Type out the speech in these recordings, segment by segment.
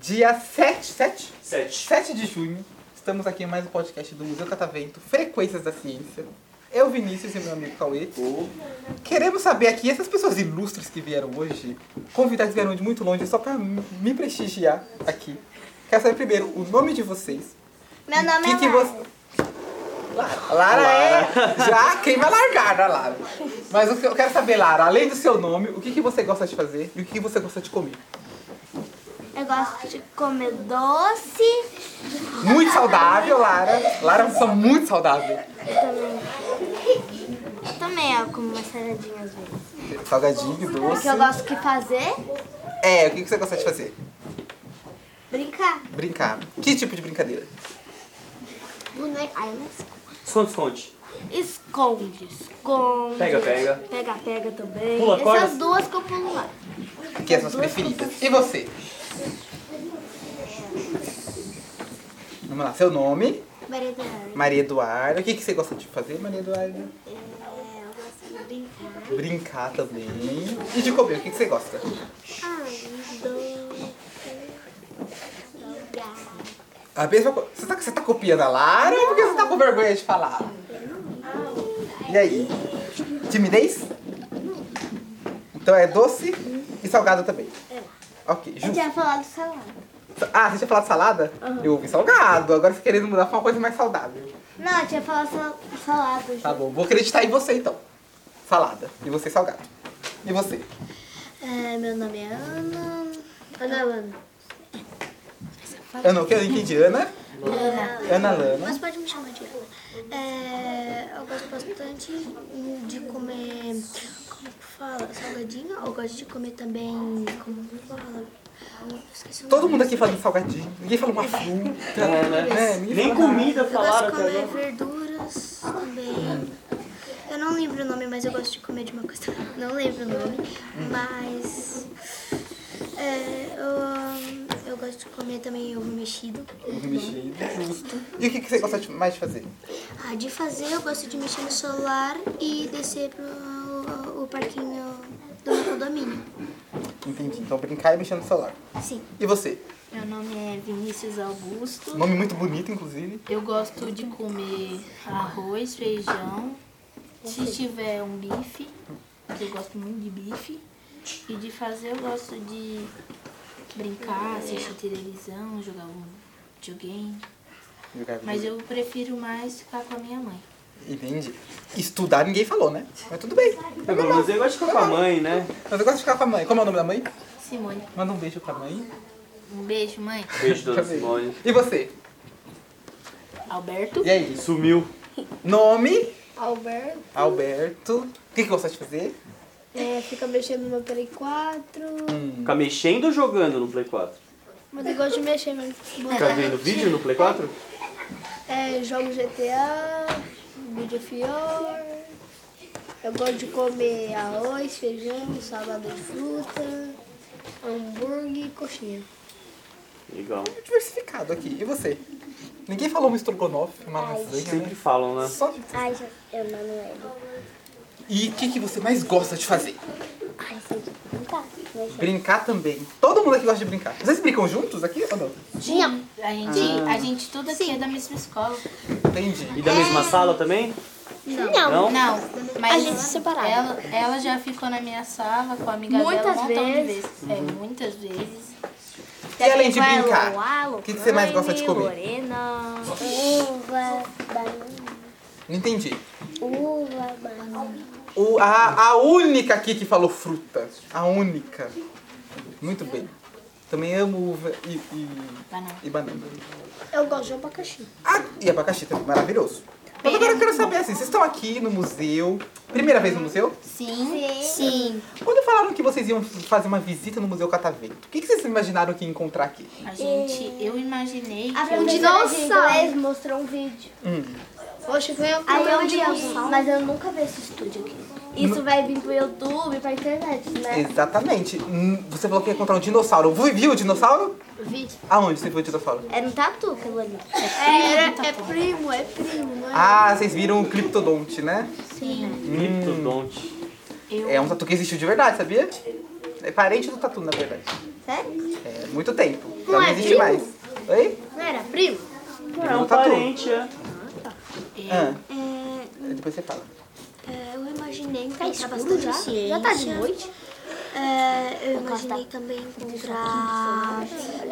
Dia 7, 7? 7. 7 de junho, estamos aqui em mais um podcast do Museu Catavento, Frequências da Ciência. Eu, Vinícius e meu amigo Cauê. Queremos saber aqui, essas pessoas ilustres que vieram hoje, convidados que vieram de muito longe só pra me prestigiar aqui. Quero saber primeiro o nome de vocês. Meu nome que é que Lara. você- Lara, Lara é já queima largada, Lara. Mas o que eu quero saber, Lara, além do seu nome, o que, que você gosta de fazer e o que, que você gosta de comer? Eu gosto de comer doce. Muito saudável, Lara. Lara é uma pessoa muito saudável. Eu também eu como uma saladinha às vezes. Salgadinho, O doce. que eu gosto de fazer? É, o que que você gosta de fazer? Brincar. Brincar. Que tipo de brincadeira? Boneca. Ai, mas... Esconde, esconde. Esconde, esconde. Pega, pega. Pega, pega também. Pula, corda. Essas duas que eu pulo lá. Que é as suas preferidas. E você? Vamos lá, seu nome, Variedade. Maria Eduarda. O que, que você gosta de fazer, Maria Eduarda? Eu gosto de brincar. Brincar também. E de comer, o que, que você gosta? Ai, doce. A mesma coisa. Você tá, você tá copiando a Lara ou porque você tá com vergonha de falar? E aí? Timidez? Então é doce e salgado também. Ok, Eu justo. tinha falado salada. Ah, você tinha falado salada? Eu ouvi salgado. Agora você querendo mudar pra uma coisa mais saudável. Não, eu tinha falado sal- salada. Tá bom, vou acreditar em você então. Salada. E você salgado. E você? É, meu nome é Ana. Ana Ana. Eu não quero entendi. Ana? Ana. Ana Lana. Mas pode me chamar de Ana. É, eu gosto bastante de comer. Como que fala? Salgadinho. Eu gosto de comer também. Como que fala? Eu esqueci o Todo nome. mundo aqui falando salgadinho. Ninguém falou uma fruta. É, né? É, ninguém Nem falou nada. comida Eu gosto falaram de até comer agora. verduras também. Eu não lembro o nome, mas eu gosto de comer de uma coisa. Não lembro o nome, mas. é, eu, eu gosto de comer também ovo mexido. Ovo mexido, justo. E o que, que você gosta de- mais de fazer? Ah, de fazer, eu gosto de mexer no celular e descer pro o parquinho do meu condomínio. Entendi. Então brincar e mexer no celular. Sim. E você? Meu nome é Vinícius Augusto. Nome muito bonito, inclusive. Eu gosto de comer arroz, feijão. Se tiver um bife, que eu gosto muito de bife. E de fazer, eu gosto de brincar, assistir televisão, jogar um videogame. Jogar Mas videogame. eu prefiro mais ficar com a minha mãe. Entendi. Estudar ninguém falou, né? Mas tudo bem. É, Pelo menos eu gosto de ficar com a mãe, né? Mas eu gosto de ficar com a mãe. Como é o nome da mãe? Simone, Manda um beijo pra mãe. um beijo, mãe. Beijo, dona Também. Simone. E você? Alberto, E aí? Sumiu. Nome? Alberto, Alberto. O que, que gosta de fazer? é, fica mexendo no Play 4, Hum. Ficar mexendo ou jogando no Play 4? mas eu gosto de mexer mesmo. Ficar vendo vídeo no Play 4? É, jogo GTA, vídeo fior, eu gosto de comer arroz, feijão, salada de fruta, hambúrguer e coxinha. Legal. Diversificado aqui. E você? Ninguém falou um estrogonofe, uma lasanha, Sempre né? falam, né? Só de... Ai, eu não lembro. E o que, que você mais gosta de fazer? Ai, sei de brincar. Brincar também. Todo mundo aqui gosta de brincar. Vocês brincam juntos aqui ou não? a gente, a gente tudo aqui é da mesma escola. Entendi. E da mesma sala também? Não. Não, mas A gente se separava. Ela, ela já ficou na minha sala com a amiga dela Muitas um montão vezes. de vezes. É, muitas vezes. E além de brincar, o que, que você mais gosta de comer? Lorena. Uva, banana. Não entendi. Uva, banana. O, a, a única aqui que falou fruta. A única. Muito bem. Também amo uva e, e, Banana. e banana. Eu gosto de abacaxi. Ah, e abacaxi também, maravilhoso. Mas agora eu quero saber assim, vocês estão aqui no museu. Primeira vez no museu? Sim. Sim. Quando falaram que vocês iam fazer uma visita no Museu Catavento, o que, que vocês imaginaram que ia encontrar aqui? A gente, eu imaginei que Um dinossauro. Mostrou um vídeo. Oxe, foi eu. é Aí eu digo, mas eu nunca vi esse estúdio aqui. Isso vai vir pro YouTube, pra internet, né? Exatamente. Hum, Você falou que ia encontrar um dinossauro. Você Viu o dinossauro? Vídeo. Aonde você viu o dinossauro? É no tatu aquilo ali. É, é primo, é primo, né? Ah, vocês viram o Cliptodonte, né? Criptodonte. Eu, É um tatu que existiu de verdade, sabia? É parente do tatu, na verdade. Sério? É muito tempo. Já Não não é existe primo? mais. Oi? Não era primo? É É um um tatu. parente, é. Ah, É, depois você fala. É, eu imaginei Tá encontrar escuro bastante já? ciência. Já tá de noite? É, eu imaginei também encontrar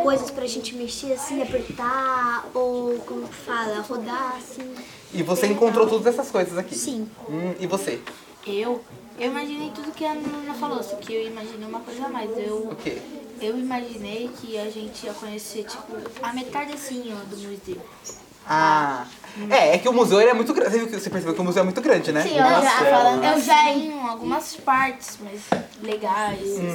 coisas pra gente mexer assim, apertar, ou como que fala, rodar assim. E você encontrou todas essas coisas aqui? Sim. Hum, e você? eu, eu imaginei tudo que a Nuna falou, só que eu imaginei uma coisa a mais. Eu, O quê? eu imaginei que a gente ia conhecer, tipo, a metade assim, ó, do museu. Ah. É, é que o museu ele é muito grande. Você, viu que- você percebeu que o museu é muito grande, né? Eu Sim, eu Nossa, Então, já, é falando, eu já, em algumas partes, mas legais, Hum.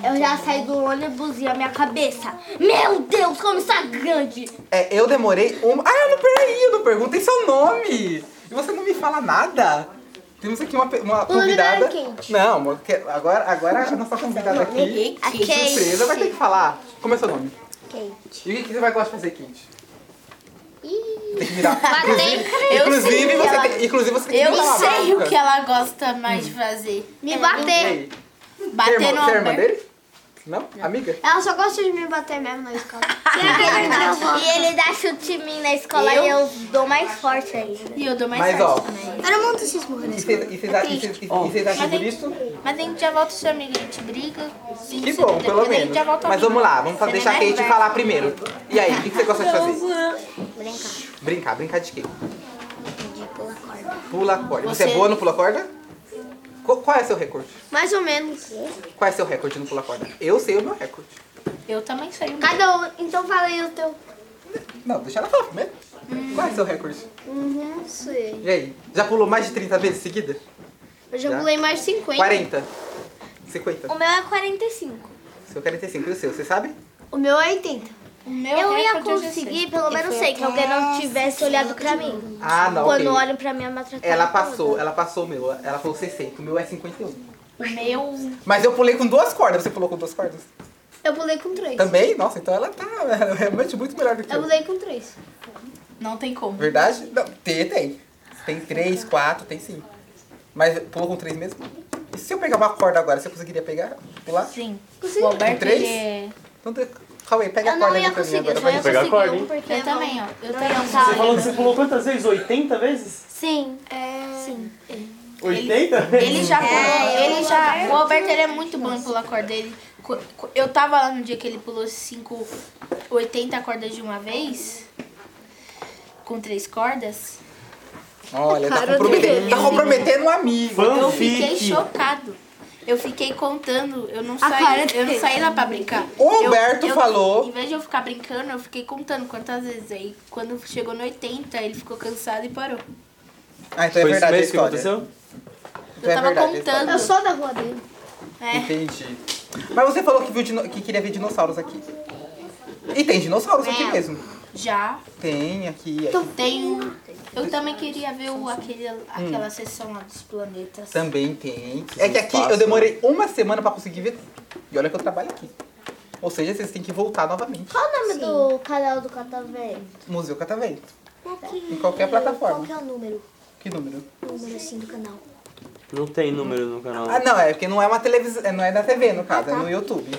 assim. eu já saí do ônibus e a minha cabeça. Meu Deus, como está grande! É, eu demorei uma. Ah, eu não peraí, eu não perguntei seu nome! E você não me fala nada? Temos aqui uma, pe- uma nome convidada. dela é Kate. Não, amor, que- agora, agora a nossa convidada aqui, Kate. de surpresa, vai ter que falar. Como é seu nome? Kate. E o que que você vai gostar de fazer, Kate? Ih, Tem que virar. Eu inclusive, sei que você ela- tem, inclusive, você tem que Eu virar uma sei o boca. que é. ela gosta mais de fazer. Me E bater! aí? Você é Bater irmã, no você é irmã albergue. dele? Não? Amiga? Ela só gosta de me bater mesmo na escola. E ele dá chute em mim na escola e eu dou mais forte ainda. E eu dou mais Mas, ó, sorte também. Era muito se esmurra E vocês- e vocês a- e vocês- e tipo vocês acham bonito? Mas a gente já volta seu amigo, a gente briga. se Que você bom, depois a pelo gente menos. já volta Mas amigo. vamos lá, vamos fa- Você é deixar a nem vai Kate conversa. falar primeiro. E aí, o que que você gosta de fazer? Brincar. Brincar de quê? Pula corda. Você é Você- boa no pula corda? Qu- Qual é seu recorde? Mais ou menos. Qual é seu recorde no pula corda? Eu sei o meu recorde. Eu também sei. um- Cada um. Então fala aí o teu. Não, deixa ela falar primeiro. Hum. Qual é seu recorde? Uhum, Não sei. E aí? Já pulou mais de 30 vezes seguida? Eu Já? já pulei mais de 50. 40? 50? O meu é 45. Seu 45 e o seu, você sabe? O meu é 80. O meu Eu ia recorde eu já sei. conseguir, pelo menos sei, que alguém não tivesse olhado pra mim. Ah, não. Quando ok. olham pra mim, é uma tratada Ela passou, ela passou o meu. Ela falou 60, o meu é 51. O meu. Mas eu pulei com duas cordas. Você pulou com duas cordas? Eu pulei com 3. Também? Nossa, então ela tá realmente muito melhor do que Eu eu. pulei com 3. Não tem como. Verdade? Não, tem, tem. Tem três, quatro, tem cinco. Mas pulou com três mesmo? E se eu pegar uma corda agora, você conseguiria pegar? Pular? Sim. O Alberto, Três? ele é. Então, de- calma aí, pega Eu a não corda ia ali pra mim conseguir, agora. eu só vai. ia Pegar conseguir corda, hein? um porque Eu também, ó. Eu tenho um Você falou que cara. você pulou quantas vezes? 80 vezes? Sim. É, 80 vezes? Ele já pulou, ele já. O Alberto ele é muito bom em pular corda. Ele, co- co- eu tava lá no dia que ele pulou 5, 80 cordas de uma vez, com três cordas. Olha, tá Cara comprometendo, dele. tá comprometendo um amigo. Eu fiquei Fanfic. chocado. Eu fiquei contando, eu não saí, cara eu não saí lá pra brincar. O Eu- Alberto eu- falou- Em vez de eu ficar brincando, eu fiquei contando quantas vezes. Aí quando chegou no 80, ele ficou cansado e parou. Ah, então é Foi isso verdade a mesmo que história. aconteceu? Então Eu é verdade tava a história. contando. Eu sou da rua dele. É, Entendi. Mas você falou que, viu dino- que queria ver dinossauros aqui. E tem dinossauros É. aqui mesmo. já. Tem aqui, aqui. Tem. um. Eu também queria ver o, aquele, aquela sessão lá dos planetas. Também tem. É que aqui espaço, eu demorei uma semana pra conseguir ver. E olha que eu trabalho aqui. Ou seja, vocês têm que voltar novamente. Qual o nome do canal do Catavento? Museu Catavento. Qual que, Em qualquer plataforma. Qual que é o número? Que número? O número assim do canal. Não tem número no canal. Ah, não, é porque não é uma televisão, é, não é na TV, no caso, é no YouTube.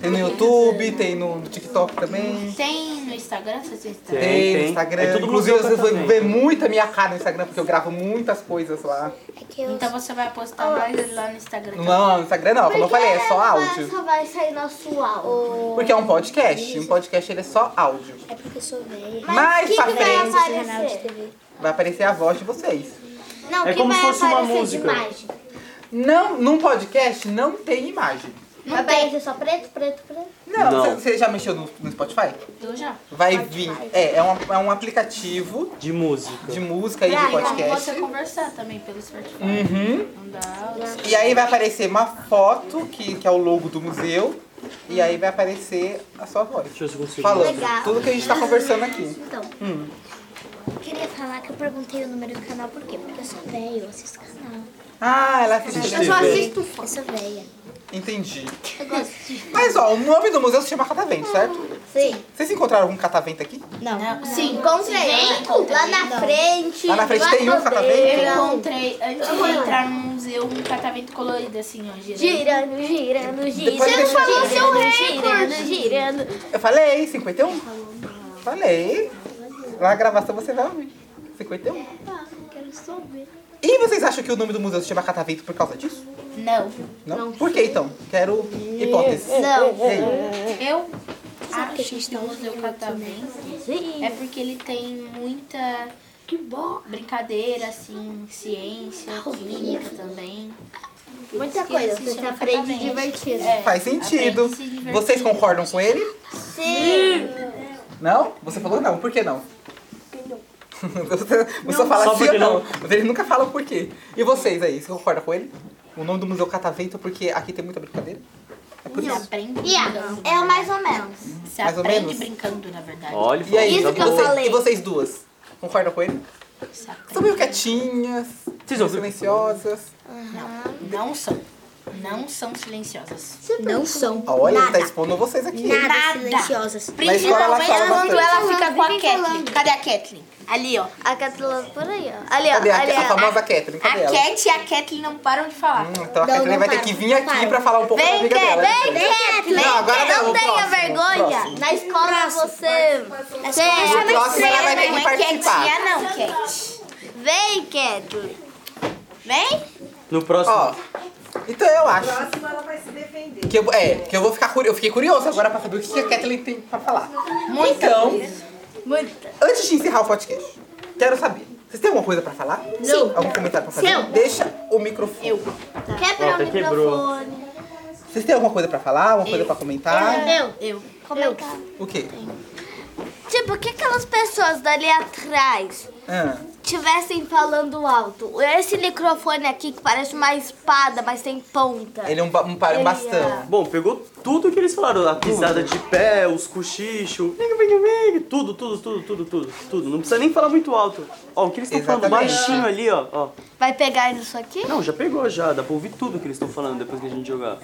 Tem no YouTube, tem no TikTok também. Tem no Instagram, vocês têm Instagram? Tem, Tem, no tem. Instagram. É tudo Inclusive, Museu vocês vão Catavento. ver muito a minha cara no Instagram, porque eu gravo muitas coisas lá. É que eu Então você vai postar mais lá no Instagram. Não, no Instagram não, como eu falei, é só áudio. Só vai sair nosso áudio. Porque é um podcast. Um podcast ele é só áudio. é porque eu sou velha. Mais pra frente Esse canal de TV. vai aparecer a voz de vocês. Não, É que como vai se fosse uma aparecer música. de imagem. Não, num podcast não tem imagem. Vai aparecer só preto, preto, preto. Não, Não. você- você já mexeu no, no Spotify? Eu Então, já. Vai vir. É, é um, é um aplicativo De música. de música e de Ah, e como podcast. você conversar também pelo Spotify. Uhum. Não dá. E aí vai aparecer uma foto, que, que é o logo do museu, e aí vai aparecer a sua voz. Deixa eu ver se eu consigo. Falando Legal. tudo que a gente tá conversando aqui. Então. Hum. Queria falar que eu perguntei o número do canal, por quê? Porque eu sou velha, eu assisto canal. Ah, ela assiste. Eu só assim, TV. assisto Eu sou velha. Entendi. Eu gosto de... Mas ó, o nome do museu se chama Catavento, certo? Sim. Vocês encontraram algum catavento aqui? Não. Sim, Encontrei. Lá na frente. Lá na frente tem um Eu catavento? encontrei, antes de entrar no museu, um catavento colorido assim, ó, girando. Girando, girando, girando. Depois deixa- falou seu recorde. Girando, girando. Eu falei, 51? Falei. Lá na gravação você vai ouvir. 51. Ah, quero só ver. E vocês acham que o nome do museu se chama Catavento por causa disso? Não. Não? por que então? Quero hipótese. Não. E aí? Eu Sabe É. que a gente acho que tá o museu catavento é porque ele tem muita Que bom. brincadeira, assim, ciência, química também. Por Muita isso que coisa, se você chama aprende catavento. divertido. É, Faz sentido. aprende se divertir. Vocês concordam com ele? Sim. Não? Você falou não. Por que não? Você você só fala Só sim porque ou não. não. Mas ele nunca fala o porquê. E vocês aí, você concorda com ele? O nome do museu Catavento porque aqui tem muita brincadeira? É por Se isso. aprende Yeah, brincando. é o mais ou menos. Se Mais ou aprende menos. brincando, na verdade. Olha, Então, E aí, Isso que eu você- falei. e vocês duas? Concordam com ele? Se aprende. São meio quietinhas, Vocês meio ouviram? silenciosas. Não são. Não são silenciosas. Não são. Olha, ele tá expondo vocês aqui. Nada silenciosas. Na escola ela fala quando bastante. ela fica com a Kathleen. Cadê a Kathleen? Ali, ó. A Kathleen por aí, ó. Ali, ó. Cadê a, ali, a ó. famosa Kathleen? A Cadê ela? Cat e a Kathleen não param de falar. Hum, então a Não, Kathleen não vai ter para, que não vir aqui para. pra falar um pouco da Vem, amiga Kat, dela. vem, né? Kathleen. Não, agora não, não o tenha próximo, o vergonha. próximo. Na escola você. você é O uma próximo ela vai estrela. ter que participar. não, Cat. né? Vem, Kathleen. Vem? No próximo. Ó, então eu acho Próximo ela vai se defender. que eu, é, que eu vou ficar curioso. Eu fiquei curioso agora pra saber o que a Kathleen tem pra falar. Então, antes de encerrar o podcast, quero saber. Vocês têm alguma coisa pra falar? Sim. Algum comentário pra fazer? Sim. Deixa o microfone. Quebra o Volta, quebrou. microfone. Vocês têm alguma coisa pra falar? Alguma coisa pra comentar? Eu. Eu. tá? Comentar. O quê? Tipo, o que aquelas pessoas dali atrás Ah, tivessem falando alto? Esse microfone aqui que parece uma espada, mas tem ponta. ele é um, ba- um, pa- um Ele bastão. é- Bom, pegou tudo que eles falaram, a pisada de pé, os cochichos, ving, ving, ving, tudo, tudo, tudo, tudo, tudo, tudo. Não precisa nem falar muito alto. Ó, o que eles estão falando Exatamente. baixinho ali, ó, ó. Vai pegar isso aqui? Não, já pegou já, dá pra ouvir tudo que eles estão falando depois que a gente jogar.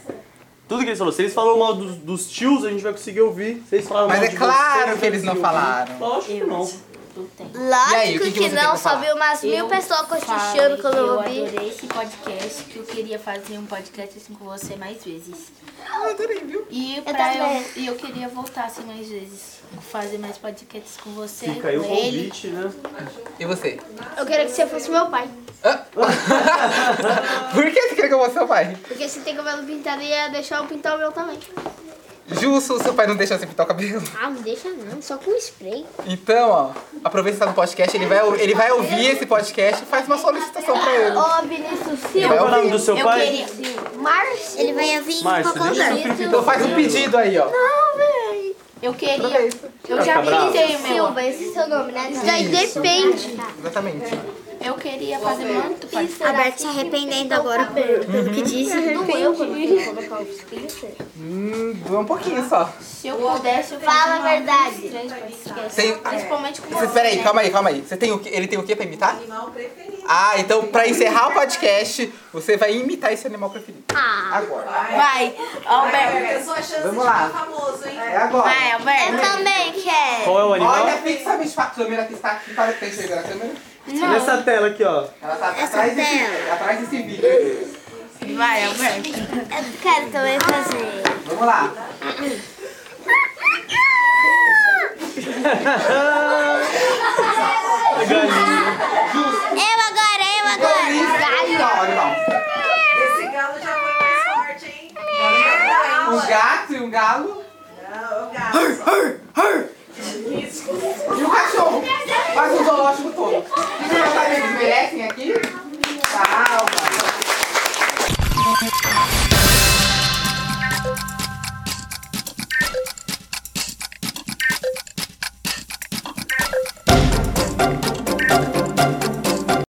Tudo que eles falaram. Se eles falaram mal dos, dos tios, a gente vai conseguir ouvir. Se eles falaram Mas mal é de claro vocês, que eles não vai conseguir ouvir. falaram. Lógico que não. Eu tenho. Lógico E aí, o que que, que você tem pra não, só falar? vi umas mil Eu pessoas falei cochichando que quando eu Eu ouvi. adorei esse podcast, que eu queria fazer um podcast assim com você mais vezes. Ah, adorei, viu? E pra eu, também. e eu queria voltar assim mais vezes, fazer mais podcasts com você, Fica aí o com ele. convite, né? E você? Eu queria que você fosse meu pai. Por que você quer que eu vou seu pai? Porque se tem cabelo pintado, ia deixar eu pintar o meu também. Justo, seu pai não deixa você pintar o cabelo. Ah, não deixa não, só com spray. Então, ó, aproveita que tá no podcast, ele vai, ele vai ouvir esse podcast e faz uma solicitação pra ele. Ô, Vinícius Qual é o Silva. nome do seu Eu pai? queria. Márcio. Ele vai vir Márcio, deixa eu Então faz um pedido aí, ó. Eu queria. Aproveita. Eu já Vai ficar bravo. pensei o meu. Silva, esse é seu nome, né? Daí depende. Exatamente. Eu queria fazer muito podcast. Alberto se arrependendo agora por- pelo que disse. Hum, doeu um pouquinho só. Se eu pudesse, eu Fala a fazia verdade. mais três podcasts. Tem- Principalmente com você. Vocês, peraí, né? calma aí, calma aí. Você tem o quê? Ele tem o que pra imitar? Animal preferido. Ah, então pra encerrar o podcast, você vai imitar esse animal preferido. Ah. Agora. Vai, Alberto. É sua chance Vamos de lá. ficar famoso, hein? É agora. Vai, Eu Alberto. também quero. Qual é o animal? Olha fixamente pra câmera que está aqui. Para que está chegando a câmera. Nessa tela aqui, ó. Ela tá atrás desse, atrás desse vídeo. É Vai, Alberto. Eu quero também fazer. Vamos lá. Eu agora, eu agora. Não, animal. Esse galo já foi mais forte, hein? Já deu Um aula. gato e um galo. Não, o galo. só. E um cachorro. Mas o zoológico todo. Os merecem aqui.